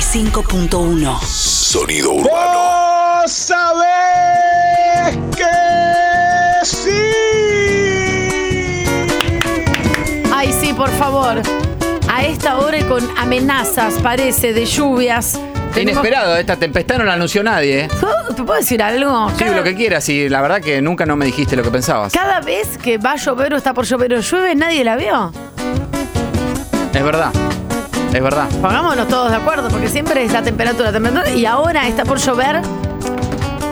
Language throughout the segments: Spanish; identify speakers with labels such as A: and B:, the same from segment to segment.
A: 95.1.
B: Sonido urbano.
C: ¡Vos sabés que sí!
D: Ay, sí, por favor. A esta hora y con amenazas, parece, de lluvias. Tenemos-
E: Inesperado, esta tempestad no la anunció nadie. ¿eh?
D: Oh, ¿Te puedo decir algo?
E: Sí, lo que quieras, y la verdad que nunca no me dijiste lo que pensabas.
D: cada vez que va a llover o está por llover o llueve, nadie la vio.
E: Es verdad. Es verdad.
D: Pongámonos todos de acuerdo, porque siempre es la temperatura, temperatura, y ahora está por llover.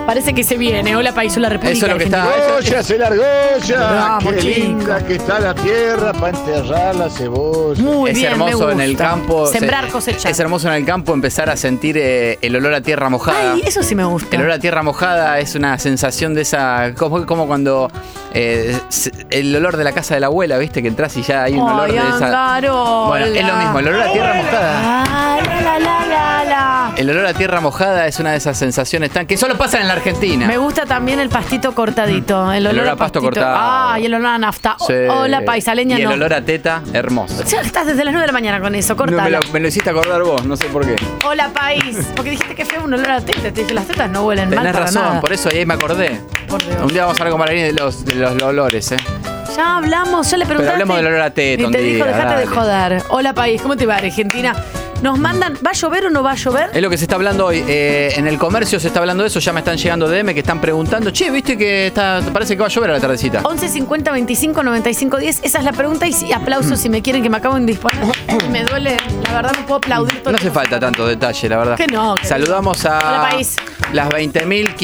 D: Parece que se viene. Hola, país, hola, república.
E: Eso Ah, es lo que está. eso-
C: ¡Goya se largó ya!
D: Bravo,
C: ¡Qué
D: chico.
C: linda que está la tierra para enterrar la cebolla!
D: Muy
E: es
D: bien, me
E: hermoso en
D: gusta.
E: el campo. se-
D: Sembrar, cosechar.
E: Es hermoso en el campo empezar a sentir eh, el olor a tierra mojada.
D: Ay, eso sí me gusta.
E: El olor a tierra mojada es una sensación de esa. como, como cuando. eh, se- el olor de la casa de la abuela, ¿viste? Que entras y ya hay un olor
D: Ay,
E: de esa.
D: Angarola.
E: Bueno, es lo mismo, el olor a tierra mojada.
D: Ah, la, la, la, la, la.
E: El olor a tierra mojada es una de esas sensaciones tan. que solo pasan en la Argentina.
D: Me gusta también el pastito cortadito. El olor,
E: olor a pasto cortado.
D: Ah, y el olor a nafta.
E: Sí.
D: Hola, paisa, leña
E: Y el
D: no.
E: olor a teta, hermoso.
D: Ya estás desde las 9 de la mañana con eso,
E: No, me,
D: cortalo.
E: lo, me lo hiciste acordar vos, no sé por qué.
D: Hola, país. Porque dijiste que fue un olor a teta. Te dije, las tetas no huelen mal
E: Tenés
D: para
E: razón,
D: nada.
E: por eso ahí me acordé.
D: Por Dios.
E: Un día vamos a hablar con Marín de los, de los olores, ¿eh?
D: Ya hablamos, ya le preguntaste.
E: hablemos del olor a teta
D: Y
E: un
D: te dijo,
E: día,
D: dejate de
E: dale". Mm.
D: joder. Hola, país. ¿Cómo te va, Argentina? Nos mandan, ¿va a llover o no va a llover?
E: Es lo que se está hablando hoy. eh, en el comercio se está hablando de eso. Ya me están llegando DM que están preguntando. Che, viste que está, parece que va a llover a la tardecita.
D: 11 50 25 95 10. Esa es la pregunta. Y si-
E: Mm.
D: aplausos si me quieren, que me acabo de indisponer. me duele. La verdad, no puedo aplaudir todo.
E: No hace falta tanto detalle, la verdad.
D: Que no, que-
E: Saludamos a
D: Hola, país.
E: las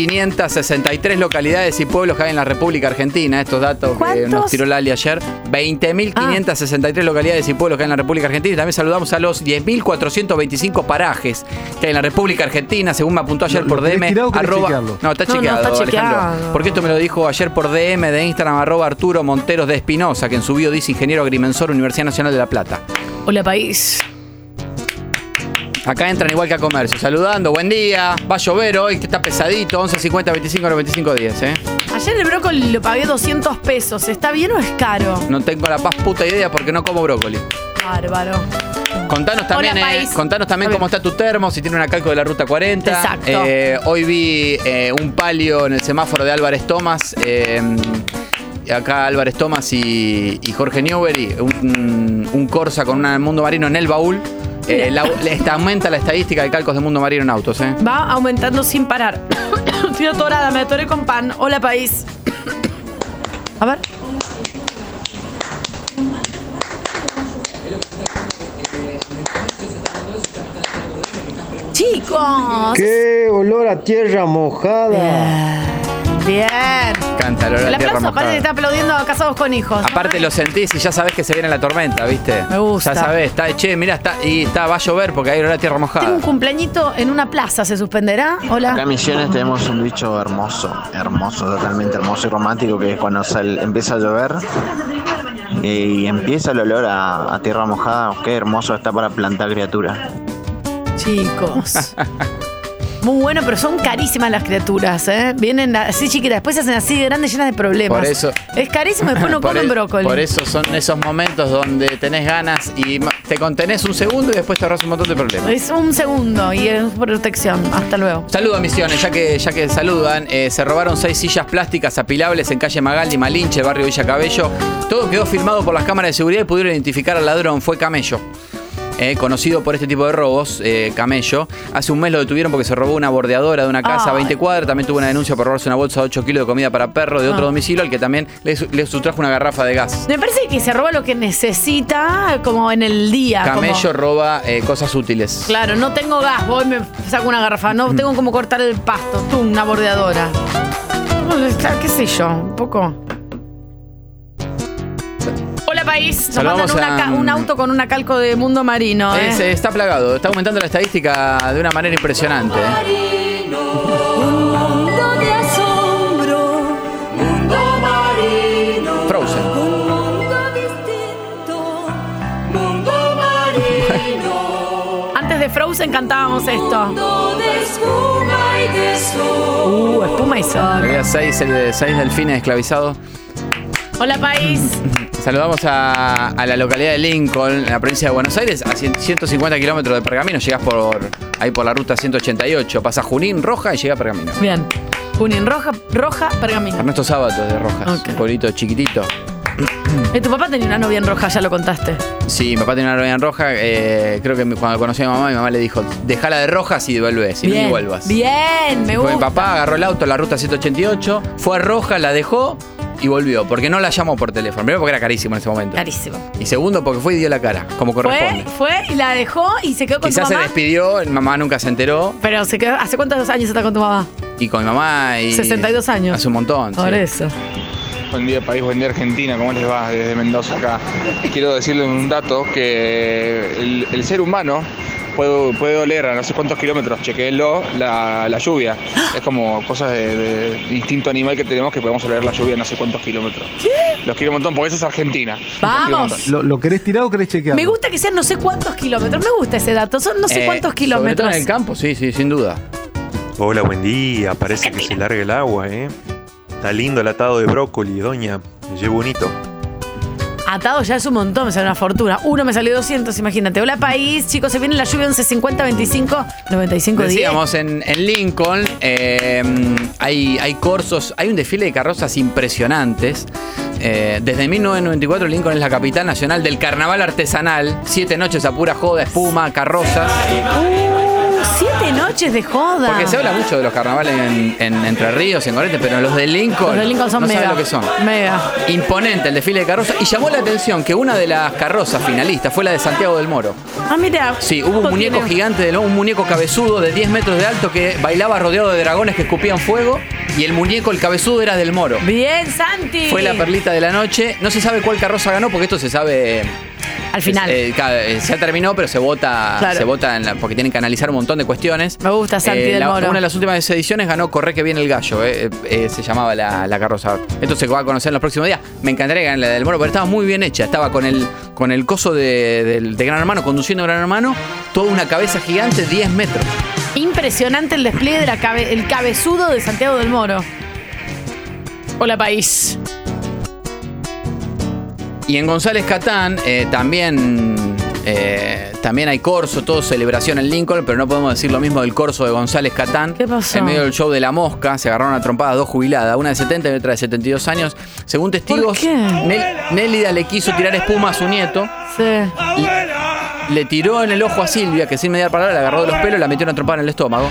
E: 20.563 localidades y pueblos que hay en la República Argentina. Estos datos que
D: ¿Cuántos?
E: nos tiró Lali ayer. 20.563 localidades y pueblos que hay en la República Argentina. Y también saludamos a los 10.425 parajes que hay en la República Argentina, según me apuntó ayer
F: ¿Lo-
E: por
F: lo tenés
E: DM.
F: tirado o querés
E: arroba-
F: chequearlo?
E: No, está
D: No, no,
E: chequeado,
D: está
E: Alejandro.
D: chequeado.
E: Porque esto me lo dijo ayer por DM de Instagram, arroba Arturo Monteros de Espinosa, que en su bio dice ingeniero agrimensor, Universidad Nacional de La Plata.
D: Hola, país.
E: Acá entran igual que a comercio. Saludando, buen día. Va a llover hoy, que está pesadito. 11 50 25 95 10, ¿eh?
D: Ayer el brócoli lo pagué 200 pesos. ¿Está bien o es caro?
E: No tengo la más puta idea porque no como brócoli.
D: Bárbaro.
E: Contanos también,
D: Hola,
E: eh,
D: país.
E: contanos también
D: Está
E: cómo está tu termo, si tiene una calco de la ruta 40.
D: Exacto.
E: Eh, hoy vi eh, un palio en el semáforo de Álvarez Tomás. eh, acá Álvarez Tomás y, y Jorge Newbery, un, un Corsa con un mundo marino en el baúl. Eh, la- esta- aumenta la estadística de calcos de mundo marino en autos, ¿eh?
D: Va aumentando sin parar. Estoy atorada, me atoré con pan. Hola, país. A ver. Chicos.
F: ¡Qué olor a tierra mojada!
D: Bien.
E: Canta el olor a
D: El
E: tierra
D: aplauso
E: mojada.
D: aparte que está aplaudiendo a casados con hijos.
E: Aparte lo sentís y ya sabés que se viene la tormenta, ¿viste?
D: Me gusta.
E: Ya sabés, está, che, mirá, está, y está, va a llover porque hay una tierra
D: Tengo
E: mojada.
D: un cumpleañito en una plaza, ¿se suspenderá?
G: Acá en
D: Hola.
G: Misiones tenemos un bicho hermoso, hermoso, totalmente hermoso y romántico, que es cuando sal- empieza a llover y empieza el olor a, a tierra mojada. Qué hermoso está para plantar criaturas.
D: Chicos. Muy bueno, pero son carísimas las criaturas, ¿eh? Vienen así chiquitas, después se hacen así de grandes, llenas de problemas.
E: Por eso-
D: Es carísimo, después no
E: por,
D: comen
E: e-
D: brócoli.
E: por eso son esos momentos donde tenés ganas y ma- te contenés un segundo y después te ahorras un montón de problemas.
D: Es un segundo y es protección. Hasta luego.
E: Saludos, misiones, ya que, ya que saludan. eh, se robaron seis sillas plásticas apilables en calle Magaldi, Malinche, barrio Villa Cabello. Todo quedó filmado por las cámaras de seguridad y pudieron identificar al ladrón. Fue Camello. eh, conocido por este tipo de robos, eh, Camello. Hace un mes lo detuvieron porque se robó una bordeadora de una casa a
D: Ay.
E: 20 cuadras. También tuvo una denuncia por robarse una bolsa de 8 kilos de comida para perro de otro
D: Ah.
E: domicilio, al que también le, su- le sustrajo una garrafa de gas.
D: Me parece que se roba lo que necesita como en el día. como-
E: Camello roba eh, cosas útiles.
D: Claro, no tengo gas, voy y me saco una garrafa. No tengo como cortar el pasto. Tú, una bordeadora. Bueno, está- ¿Qué sé yo? Un poco. Hola, país. Nos
E: Saludamos
D: mandan una
E: a- mm,
D: ca- un auto con una calco de mundo marino. ¿eh?
E: Eh, se está plagado, está aumentando la estadística de una manera impresionante. eh.
H: Mundo de asombro, mundo marino,
E: Frozen.
H: un mundo distinto, mundo marino,
D: Antes de Frozen cantábamos esto.
H: mundo de espuma y de sol.
D: Uh, espuma y sol.
E: Había seis, eh, seis delfines esclavizados.
D: Hola, país.
E: Saludamos a, a la localidad de Lincoln, en la provincia de Buenos Aires, a cien- 150 kilómetros de Pergamino. Llegás por ahí por la ruta 188, pasa Junín, Roja y llega a Pergamino.
D: Bien. Junín, roja, roja, pergamino.
E: Ernesto Sábato de Rojas,
D: Ok.
E: un pueblito chiquitito.
D: Eh, tu papá tenía una novia en roja, ya lo contaste.
E: Sí, mi papá tenía una novia en Roja. eh, creo que mi- cuando conocí a mi mamá, mi mamá le dijo: Dejala de Rojas y devuelve, si no ni vuelvas.
D: Bien, me
E: Fue mi
D: gusta.
E: papá, agarró el auto, la ruta 188, fue a Roja, la dejó y volvió. Porque no la llamó por teléfono. Primero porque era carísimo en ese momento.
D: Clarísimo.
E: Y segundo porque fue y dio la cara, como
D: Fue,
E: corresponde.
D: fue y la dejó y se quedó con
E: Quizás
D: tu
E: se
D: mamá.
E: despidió, mi mamá nunca se enteró.
D: pero se quedó. ¿Hace cuántos años está con tu mamá?
E: Y con mi mamá. Y
D: 62 años.
E: Hace un montón. sí.
D: Por eso.
A: Buen día país, buen día Argentina, ¿cómo les va? Desde Mendoza acá. Quiero decirles un dato que el, el ser humano puede, puede oler a no sé cuántos kilómetros, chequéenlo, la, la lluvia. Es como cosas de, de instinto animal que tenemos que podemos oler la lluvia a no sé cuántos kilómetros. Los quiero un montón, porque eso es Argentina. Los quiero un montón.
D: Vamos.
B: ¿Lo, lo querés tirar o querés chequear?
D: Me gusta que sean no sé cuántos kilómetros. Me gusta ese dato. Son no sé
E: Eh,
D: cuántos
E: sobre todo
D: kilómetros.
E: en el campo, sí, sí, sin duda.
I: Hola, buen día. Parece que se larga el agua, ¿eh? Está lindo el atado de brócoli, doña. Me llevo un hito.
D: Atado ya es un montón, me sale una fortuna. Uno me salió 200, imagínate. Hola, país. Chicos, se viene la lluvia 11, 50, 25, 95, 10.
E: Decíamos, en, en Lincoln eh, hay, hay corsos, hay un desfile de carrozas impresionantes. Eh, desde 1994 Lincoln es la capital nacional del carnaval artesanal. Siete noches a pura joda, espuma, carrozas.
D: Uh, siete noches de joda.
E: Porque se habla mucho de los carnavales en, en Entre Ríos, en Corrientes, pero los de Lincoln,
D: Los de Lincoln son
E: no
D: mega.
E: saben lo que son.
D: Mega.
E: Imponente el desfile de carrozas. Y llamó la atención que una de las carrozas finalistas fue la de Santiago del Moro.
D: Ah, mira.
E: Sí, hubo un muñeco gigante, de lo- un muñeco cabezudo de 10 metros de alto que bailaba rodeado de dragones que escupían fuego y el muñeco, el cabezudo, era del moro.
D: Bien, Santi.
E: Fue la perlita de la noche. No se sabe cuál carroza ganó porque esto se sabe...
D: Al final.
E: es- eh, claro, eh, ya terminó, pero se vota,
D: Claro.
E: se vota en la- porque tienen que analizar un montón de cuestiones. Eh,
D: Me gusta Santi del
E: la-
D: Moro.
E: Una de las últimas ediciones ganó Corre que viene el gallo, eh, eh, eh, se llamaba la, la carroza. Esto se va a conocer en los próximos días. Me encantaría que ganara la del Moro, pero estaba muy bien hecha. Estaba con el, con el coso de, del- de Gran Hermano, conduciendo a Gran Hermano, toda una cabeza gigante, 10 metros.
D: Impresionante el despliegue del cabezudo de Santiago del Moro. Hola, país.
E: Y en González Catán eh, también, eh, también hay corso, todo celebración en Lincoln, pero no podemos decir lo mismo del corso de González Catán.
D: ¿Qué pasó?
E: En medio del show de La Mosca se agarraron a trompadas dos jubiladas, una de 70 y otra de 72 años. Según testigos,
D: qué?
E: Nel- Nélida le quiso tirar espuma a su nieto,
D: Sí.
E: le tiró en el ojo a Silvia, que sin mediar palabra la agarró de los pelos y la metió una trompada en el estómago.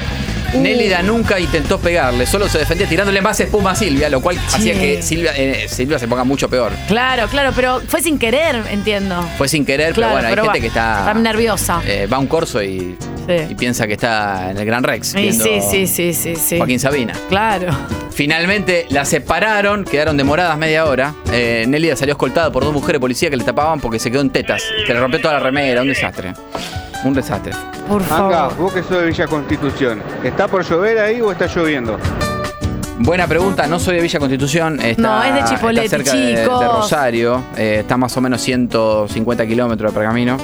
D: Uh.
E: Nélida nunca intentó pegarle, solo se defendía tirándole más espuma a Silvia, lo cual hacía
D: Sí.
E: que Silvia, eh, Silvia se ponga mucho peor.
D: Claro, claro, pero fue sin querer, entiendo.
E: Fue sin querer,
D: Claro,
E: pero bueno, hay
D: pero
E: gente
D: va-
E: que está.
D: está nerviosa.
E: eh, va a un corso y,
D: Sí.
E: y piensa que está en el Gran Rex.
D: Y
E: viendo
D: sí, sí, sí, sí, sí.
E: Joaquín Sabina.
D: Claro.
E: Finalmente la separaron, quedaron demoradas media hora. Eh, Nélida salió escoltada por dos mujeres policías que le tapaban porque se quedó en tetas. Que le rompió toda la remera, un desastre. Un desastre.
D: Por
A: Anga,
D: favor.
A: vos que sos de Villa Constitución, ¿está por llover ahí o está lloviendo?
E: Buena pregunta, no soy de Villa Constitución. está-
D: No, es de
E: está
D: Chipoleti,
E: cerca de- De,
D: chicos.
E: Rosario, eh, está más o menos 150 kilómetros de pergamino.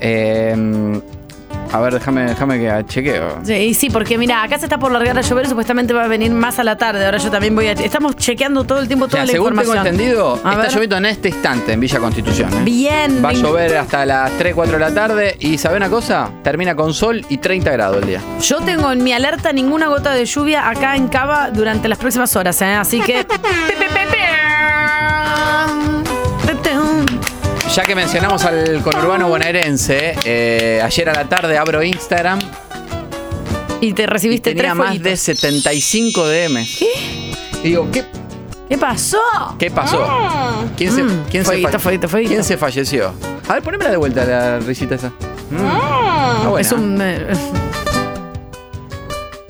E: Eh, a ver, déjame déjame que chequeo.
D: Sí, y sí, porque mira, acá se está por largar a llover, supuestamente va a venir más a la tarde. Ahora yo también voy a. Estamos chequeando todo el tiempo
E: O sea,
D: toda la
E: según tengo
D: información.
E: entendido,
D: A
E: está
D: ver.
E: lloviendo en este instante en Villa Constitución. ¿eh?
D: Bien,
E: Va a
D: bien.
E: llover hasta las 3, 4 de la tarde y ¿sabe una cosa? Termina con sol y 30 grados el día.
D: Yo tengo en mi alerta ninguna gota de lluvia acá en Cava durante las próximas horas, ¿eh? Así que. um.
E: Ya que mencionamos al conurbano bonaerense, eh, ayer a la tarde abro Instagram
D: Y te
E: y
D: recibiste
E: tenía
D: tres
E: más de
D: fueguitos.
E: 75 DMs. ¿Qué? Digo, ¿qué,
D: ¿Qué pasó?
E: qué pasó? ¿Quién se,
D: Mm,
E: quién,
D: fueguito,
E: se fa-
D: fueguito, fueguito.
E: ¿Quién se falleció? A ver, ponémela de vuelta la risita esa. Mm. Está buena.
D: Es un. eh,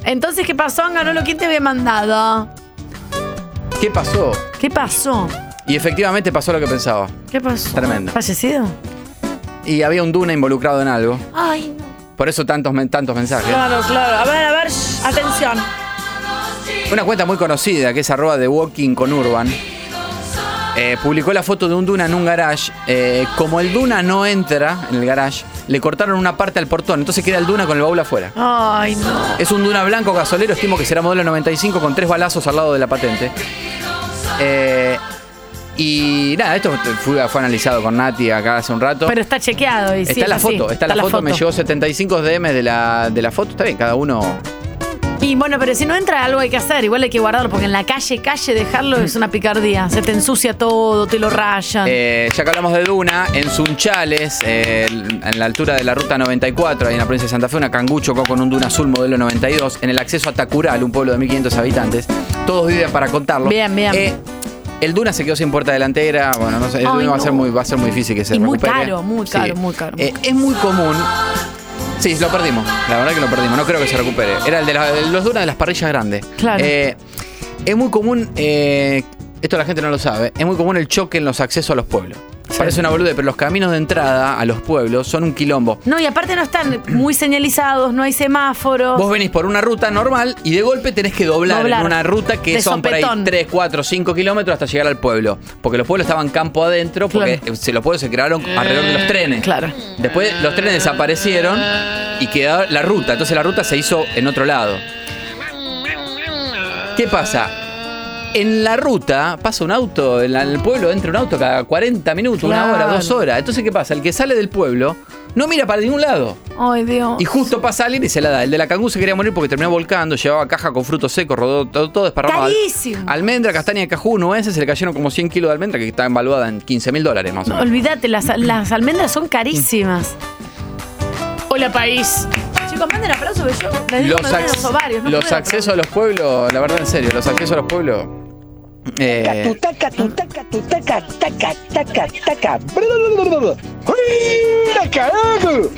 D: Entonces, ¿qué pasó, Angarolo? ¿Quién te había mandado?
E: ¿Qué pasó?
D: ¿Qué pasó?
E: Y efectivamente pasó lo que pensaba.
D: ¿Qué pasó?
E: Tremendo.
D: ¿Fallecido?
E: Y había un Duna involucrado en algo.
D: Ay, no.
E: Por eso tantos, men- tantos mensajes.
D: Claro, claro. A ver, a ver, shh, atención.
E: Una cuenta muy conocida, que es arroba de Walking con Urban, eh, publicó la foto de un Duna en un garage. Eh, como el Duna no entra en el garage, le cortaron una parte al portón, entonces queda el Duna con el baúl afuera.
D: Ay, no.
E: Es un Duna blanco gasolero, estimo que será modelo 95, con tres balazos al lado de la patente. Eh, Y nada, esto fue, fue analizado con Nati acá hace un rato.
D: Pero está chequeado. Y sí,
E: está,
D: es
E: la
D: así.
E: foto, está la foto, me llegó 75 DM de la, de la foto, está bien, cada uno...
D: Y bueno, pero si no entra algo hay que hacer, igual hay que guardarlo, porque en la calle, calle, dejarlo es una picardía. Se te ensucia todo, te lo rayan.
E: Eh, ya que hablamos de Duna, en Sunchales, eh, en la altura de la ruta 94, ahí en la provincia de Santa Fe, una cangucho con un Duna azul modelo 92, en el acceso a Tacural, un pueblo de 1500 habitantes. Todos viven para contarlo.
D: Bien, bien.
E: Eh, el Duna se quedó sin puerta delantera, bueno, no sé, el
D: Ay,
E: Duna va, a
D: no.
E: ser muy, va a ser muy difícil que se
D: Y muy
E: recupere.
D: caro, muy caro, muy caro, muy
E: Eh, es muy común. Sí, lo perdimos, la verdad que lo perdimos, no creo que se recupere. Era el de la- los Duna de las parrillas grandes.
D: Claro.
E: Eh, es muy común, eh, esto la gente no lo sabe, es muy común el choque en los accesos a los pueblos. Parece una bolude, pero los caminos de entrada a los pueblos son un quilombo.
D: No, y aparte no están muy señalizados, no hay semáforos.
E: Vos venís por una ruta normal y de golpe tenés que doblar,
D: Doblar.
E: en una ruta que
D: De
E: son por ahí
D: sopetón.
E: 3, 4, 5 kilómetros hasta llegar al pueblo. Porque los pueblos estaban campo adentro, porque
D: Claro.
E: se, los pueblos se crearon alrededor de los trenes.
D: Claro.
E: Después los trenes desaparecieron y quedó la ruta. Entonces la ruta se hizo en otro lado. ¿Qué pasa? En la ruta pasa un auto, en, la- en el pueblo entra un auto cada 40 minutos, una hora,
D: Claro.
E: dos horas. Entonces, ¿qué pasa? El que sale del pueblo no mira para ningún lado.
D: Ay, Dios.
E: Y justo pasa alguien y se la da. El de la cangú se quería morir porque terminó volcando, llevaba caja con frutos secos, rodó todo, todo desparramado.
D: Carísimo.
E: Almendra, castaña, cajú, nueces, se le cayeron como 100 kilos de almendra que está evaluada en 15 mil dólares más o menos.
D: Olvídate, las, las almendras son carísimas. Hola, país. Chicos, manden aplausos, que yo les digo que me duelen
E: ac-
D: los ovarios. no
E: los
D: puedo
E: accesos a los pueblos, la verdad en serio, los accesos a los pueblos. eh,
B: Tutaca, tutaca, tutaca, taca, taca, taca.
D: Carajo,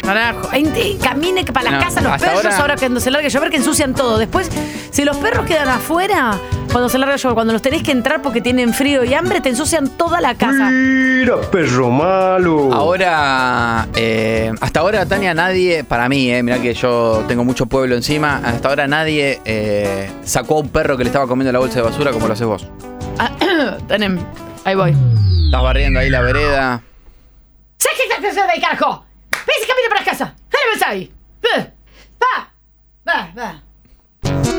D: Ay, eh, camine que para las
E: No,
D: casas los
E: hasta
D: perros
E: ahora-
D: ahora, cuando se larga a llover que ensucian todo. Después, si los perros quedan afuera cuando se larga a llover, cuando los tenés que entrar porque tienen frío y hambre, te ensucian toda la casa.
F: Mira, perro malo.
E: Ahora, eh, hasta ahora, Tania, nadie, para mí, eh, mirá que yo tengo mucho pueblo encima, hasta ahora nadie eh, sacó a un perro que le estaba comiendo la bolsa de basura como lo haces vos.
D: Ah, Tenem, ahí voy.
E: Estás barriendo ahí la vereda.
D: ¿Sabes qué estás haciendo ahí, carajo? Ves y camina para la casa. Dale más ahí. Eh, Va, va, va.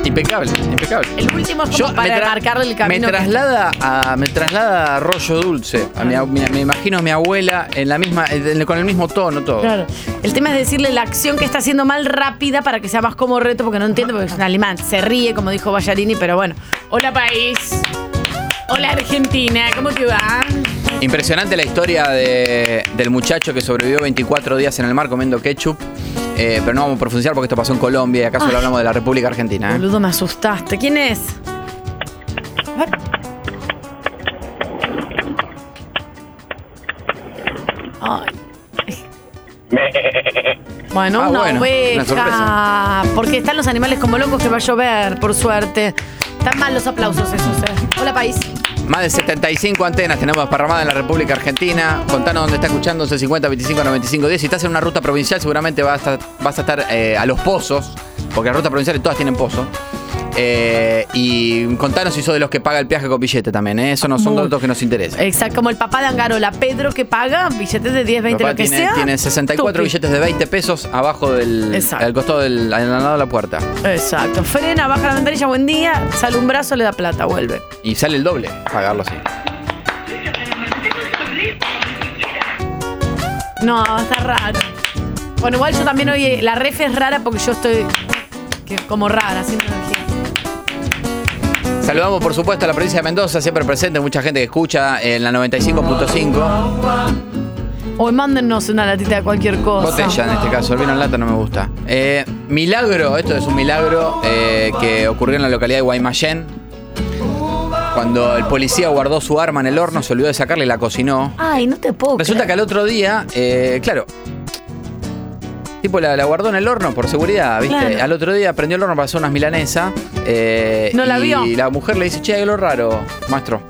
E: Impecable, impecable.
D: El último es como para
E: tra-
D: marcarle el camino.
E: me traslada a me traslada a Rollo Dulce. A
D: Ah.
E: mi, a- mi- me imagino a mi abuela en la misma en- con el mismo tono todo.
D: Claro. El tema es decirle la acción que está haciendo mal rápida para que sea más como reto, porque no entiendo, porque es un alemán. Se ríe, como dijo Ballarini, pero bueno. Hola, país. Hola, Argentina. ¿Cómo te va?
E: Impresionante la historia de- del muchacho que sobrevivió 24 días en el mar comiendo ketchup. Eh, pero no vamos a profundizar porque esto pasó en Colombia y acá solo
D: Ay.
E: hablamos de la República Argentina. ¿eh?
D: Boludo, me asustaste. ¿Quién es? Ay. Bueno,
E: Ah,
D: una
E: bueno, una
D: oveja.
E: sorpresa.
D: porque están los animales como locos que va a llover, por suerte. Están mal los aplausos esos, eh. Hola, país.
E: Más de 75 antenas tenemos parramadas en la República Argentina. Contanos dónde está escuchándose 50, 25, 95, 10. Si estás en una ruta provincial, seguramente vas a, vas a estar eh, a los pozos, porque las rutas provinciales todas tienen pozos. Eh, y contanos si sos de los que paga el peaje con billete también. ¿eh? Eso no son
D: Muy-
E: datos que nos interesan.
D: Exacto, como el papá de Angarola, Pedro, que paga billetes de 10, 20,
E: Papá
D: lo que
E: tiene,
D: sea.
E: tiene 64
D: Tupi.
E: billetes de 20 pesos abajo del
D: Exacto.
E: al costado del al lado de la puerta.
D: Exacto. Frena, baja la ventanilla, buen día, sale un brazo, le da plata, vuelve.
E: Y sale el doble pagarlo así.
D: No, está raro. Bueno, igual yo también hoy eh, la ref es rara porque yo estoy que- como rara, haciendo energía.
E: Saludamos, por supuesto, a la provincia de Mendoza, siempre presente, mucha gente que escucha en la 95.5.
D: Hoy mándennos una latita de cualquier cosa.
E: Botella en este caso, el vino en lata no me gusta. Eh, milagro, esto es un milagro eh, que ocurrió en la localidad de Guaymallén. Cuando el policía guardó su arma en el horno, se olvidó de sacarla y la cocinó.
D: Ay, no te puedo.
E: Resulta que al otro día, eh, claro, tipo la, la guardó en el horno por seguridad, ¿viste?
D: Claro.
E: Al otro día prendió el horno para hacer unas milanesas. eh,
D: No la
E: y
D: vio.
E: la mujer le dice, che, hay lo raro, maestro.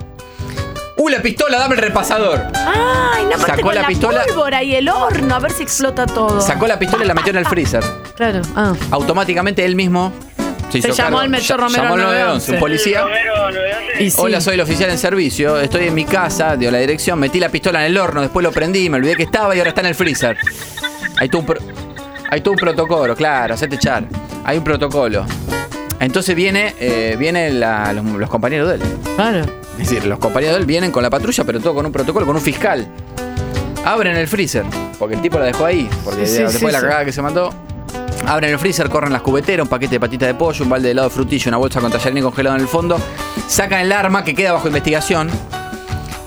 E: ¡Uh, la pistola, dame el repasador!
D: Ay, no, aparte
E: Sacó
D: con
E: la
D: la,
E: pistola-
D: pólvora y el horno, a ver si explota todo.
E: Sacó la pistola y la metió en el freezer.
D: Claro. Ah.
E: automáticamente él mismo se hizo
D: llamó
E: cargo.
D: al Melchor
E: Ll-
D: Romero
E: llamó al
D: 911,
E: 911, un policía.
D: Y sí.
E: Hola, soy el oficial en servicio. Estoy en mi casa, dio la dirección, metí la pistola en el horno, después lo prendí, me olvidé que estaba y ahora está en el freezer. Hay todo un, pro- hay todo un protocolo, claro, hacete echar. Hay un protocolo. Entonces viene, eh, vienen la- los, los compañeros de él.
D: Claro.
E: Es decir, los compañeros de él vienen con la patrulla, pero todo con un protocolo, con un fiscal. Abren el freezer, porque el tipo la dejó ahí, porque
D: Sí, sí,
E: después
D: sí,
E: de la
D: sí.
E: cagada que se mandó. Abren el freezer, corren las cubeteras, un paquete de patitas de pollo, un balde de helado de frutillo, una bolsa con tallarín congelado en el fondo. Sacan el arma que queda bajo investigación.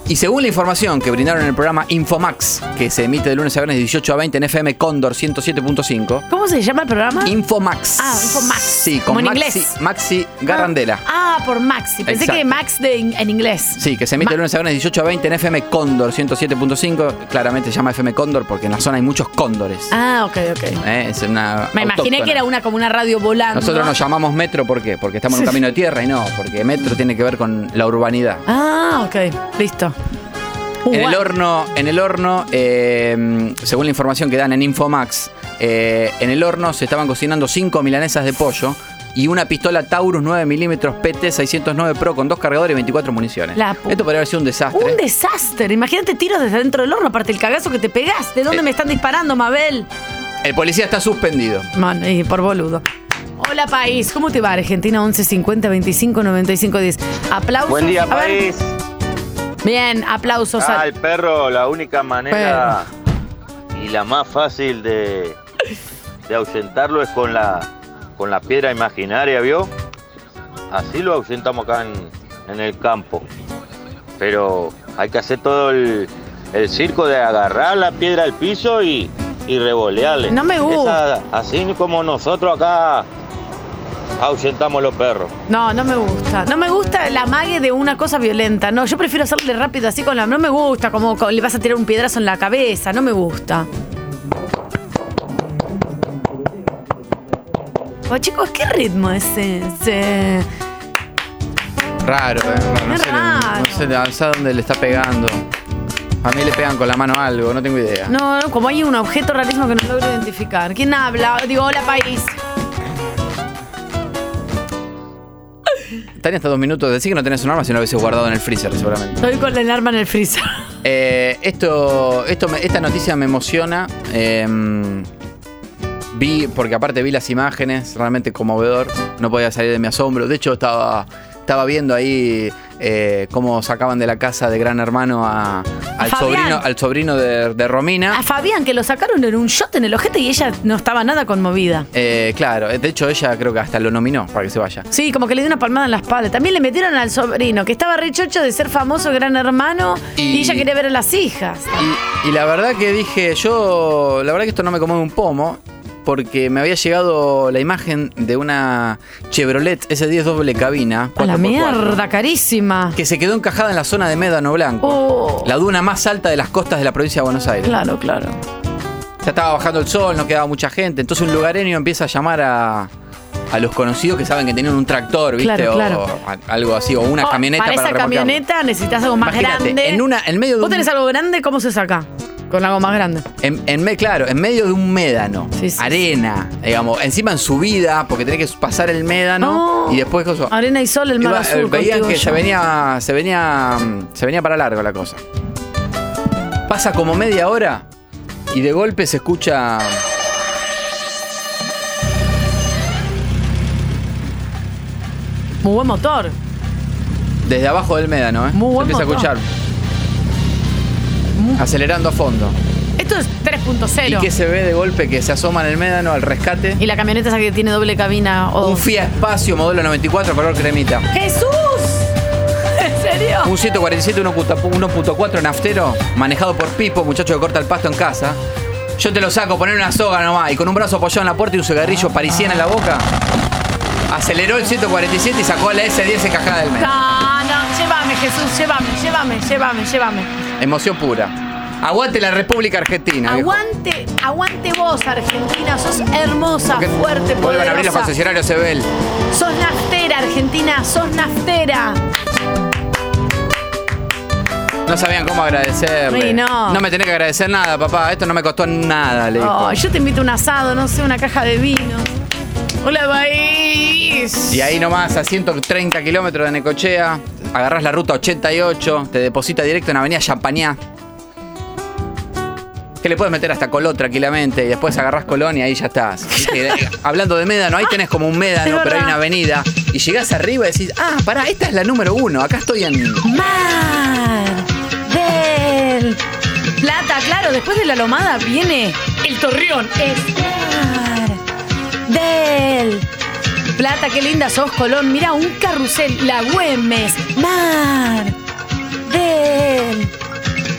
E: Y según la información que brindaron en el programa Infomax, que se emite de lunes a viernes de 18 a 20 en FM Cóndor 107.5.
D: ¿Cómo se llama el programa?
E: Infomax.
D: Ah, Infomax.
E: Sí, con
D: Como en
E: Maxi,
D: inglés.
E: Maxi Garrandela.
D: Ah, por Maxi. Pensé
E: Exacto.
D: que Max de in- en inglés.
E: Sí, que se emite
D: Ma-
E: el lunes a viernes 18 a 20 en FM Cóndor 107.5. Claramente se llama FM Cóndor porque en la zona hay muchos cóndores.
D: Ah, ok, ok.
E: Eh, es una
D: Me imaginé
E: autóctona.
D: que era una como una radio volando.
E: Nosotros nos llamamos metro, ¿por qué? Porque estamos en un camino de tierra y no, porque metro tiene que ver con la urbanidad.
D: Ah, ok. Listo. Uh,
E: En el
D: guau.
E: horno, en el horno, eh, según la información que dan en Infomax, eh, en el horno se estaban cocinando cinco milanesas de pollo y una pistola Taurus 9 mm PT 609 Pro con dos cargadores y 24 municiones.
D: La pu-
E: Esto podría haber sido un desastre.
D: Un desastre. Imagínate tiros desde dentro del horno, aparte el cagazo que te pegás. ¿De dónde
E: Eh.
D: me están disparando, Mabel?
E: el policía está suspendido.
D: Man, eh, por boludo. Hola, país. ¿Cómo te va, Argentina? 11 50 25 95 10. Aplausos.
J: Buen día,
D: A ver.
J: país.
D: Bien, aplausos. a-
J: Ay, Ah, perro, la única manera y la más fácil de, de ahuyentarlo es con la, con la piedra imaginaria, ¿vio? Así lo ahuyentamos acá en, en el campo. Pero hay que hacer todo el, el circo de agarrar la piedra al piso y, y revolearle.
D: No me gusta.
J: Esa- así como nosotros acá ahuyentamos los perros.
D: No, no me gusta. No me gusta la mague de una cosa violenta. No, yo prefiero hacerle rápido así con la. No me gusta, como co- le vas a tirar un piedrazo en la cabeza. No me gusta. Oh, chicos, ¿qué ritmo es ese?
E: Raro, eh, raro, No,
D: Es
E: sé,
D: raro.
E: no sé, no sé a dónde le está pegando. A mí le pegan con la mano algo, no tengo idea.
D: No, no, como hay un objeto rarísimo que no logro identificar. ¿Quién habla? Digo, hola país.
E: Tania, hasta dos minutos. Decir que no tenés un arma si no lo hubieses guardado en el freezer, seguramente.
D: Estoy con el arma en el freezer.
E: Eh, esto, esto me- esta noticia me emociona. eh, vi, porque aparte vi las imágenes, realmente conmovedor. No podía salir de mi asombro. De hecho, estaba, estaba viendo ahí eh, cómo sacaban de la casa de Gran Hermano a- al,
D: Fabián.
E: sobrino, al sobrino de, de Romina.
D: A Fabián, que lo sacaron en un shot en el ojete y ella no estaba nada conmovida.
E: Eh, claro, de hecho ella creo que hasta lo nominó para que se vaya.
D: Sí, como que le dio una palmada en la espalda. También le metieron al sobrino, que estaba re chocho de ser famoso gran hermano y,
E: Y-
D: ella quería ver a las hijas.
E: Y, y la verdad que dije, yo, la verdad que esto no me como un pomo, porque me había llegado la imagen de una Chevrolet S10 doble cabina.
D: A la
E: 4x4,
D: mierda, carísima.
E: Que se quedó encajada en la zona de Médano Blanco.
D: Oh.
E: La duna más alta de las costas de la provincia de Buenos Aires.
D: Claro, claro.
E: Ya estaba bajando el sol, no quedaba mucha gente. Entonces un lugareño empieza a llamar a, a los conocidos que saben que tenían un tractor, ¿viste?
D: Claro,
E: o
D: claro.
E: a- algo así, o una
D: Oh,
E: camioneta
D: para
E: para,
D: esa
E: remolcarlo.
D: camioneta necesitas algo más
E: Imagínate,
D: grande.
E: en una- en medio de
D: ¿Vos
E: un-
D: tenés algo grande? ¿Cómo se saca? Con algo más grande.
E: En, en me- claro, en medio de un médano,
D: Sí, sí,
E: arena, digamos, encima en subida, porque tenés que pasar el médano
D: No.
E: y después coso.
D: Arena y sol, Oh. el mar
E: Iba- eh,
D: azul.
E: veían
D: contigo
E: que se
D: yo.
E: venía, se venía, mm, se venía para largo la cosa. Pasa como media hora y de golpe se escucha.
D: Muy buen motor.
E: Desde abajo del médano, ¿eh?
D: Muy
E: Se
D: buen
E: empieza a
D: motor.
E: escuchar. Acelerando a fondo.
D: Esto es
E: ¿Y
D: 3.0.
E: qué se ve de golpe? Que se asoma en el médano al rescate.
D: Y la camioneta esa que tiene doble cabina. oh. o-
E: Un Fiat Espacio modelo 94 color cremita.
D: ¡Jesús! ¿En serio?
E: Un 147 1.4 naftero, manejado por Pipo, muchacho que corta el pasto en casa. Yo te lo saco, poner una soga nomás y con un brazo apoyado en la puerta y un cigarrillo parisiano en la boca. Aceleró el 147 y sacó a la S10 encajada del mes.
D: No, no, llévame, Jesús, llévame, llévame, llévame, llévame.
E: Emoción pura. Aguante la República Argentina. viejo.
D: Aguante, aguante vos, Argentina. Sos hermosa,
E: Que
D: fuerte,
E: Vuelvan a abrir los
D: poderosa.
E: concesionarios Sebel.
D: Sos naftera, Argentina, sos naftera.
E: No sabían cómo agradecerle.
D: Sí, no.
E: me tenés que agradecer nada, papá. Esto no me costó nada, le dijo.
D: Oh, yo te invito a un asado, no sé, una caja de vino. Hola, país.
E: Y ahí nomás, a 130 kilómetros de Necochea, agarrás la ruta 88, te deposita directo en Avenida Champañá. Que le puedes meter hasta colot tranquilamente y después agarrás colón y ahí ya estás. ¿Viste? Hablando de médano, ahí tenés como un médano,
D: Es
E: pero hay una
D: verdad.
E: avenida. Y llegás arriba y decís, ah, pará, esta es la número uno. Acá estoy en.
D: Mar del Plata, claro, después de la lomada viene el torreón. Es Mar del Plata, qué linda sos, Colón. Mira, un carrusel, la Güemes. Mar del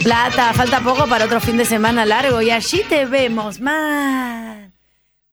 D: Plata, falta poco para otro fin de semana largo y allí te vemos. Mar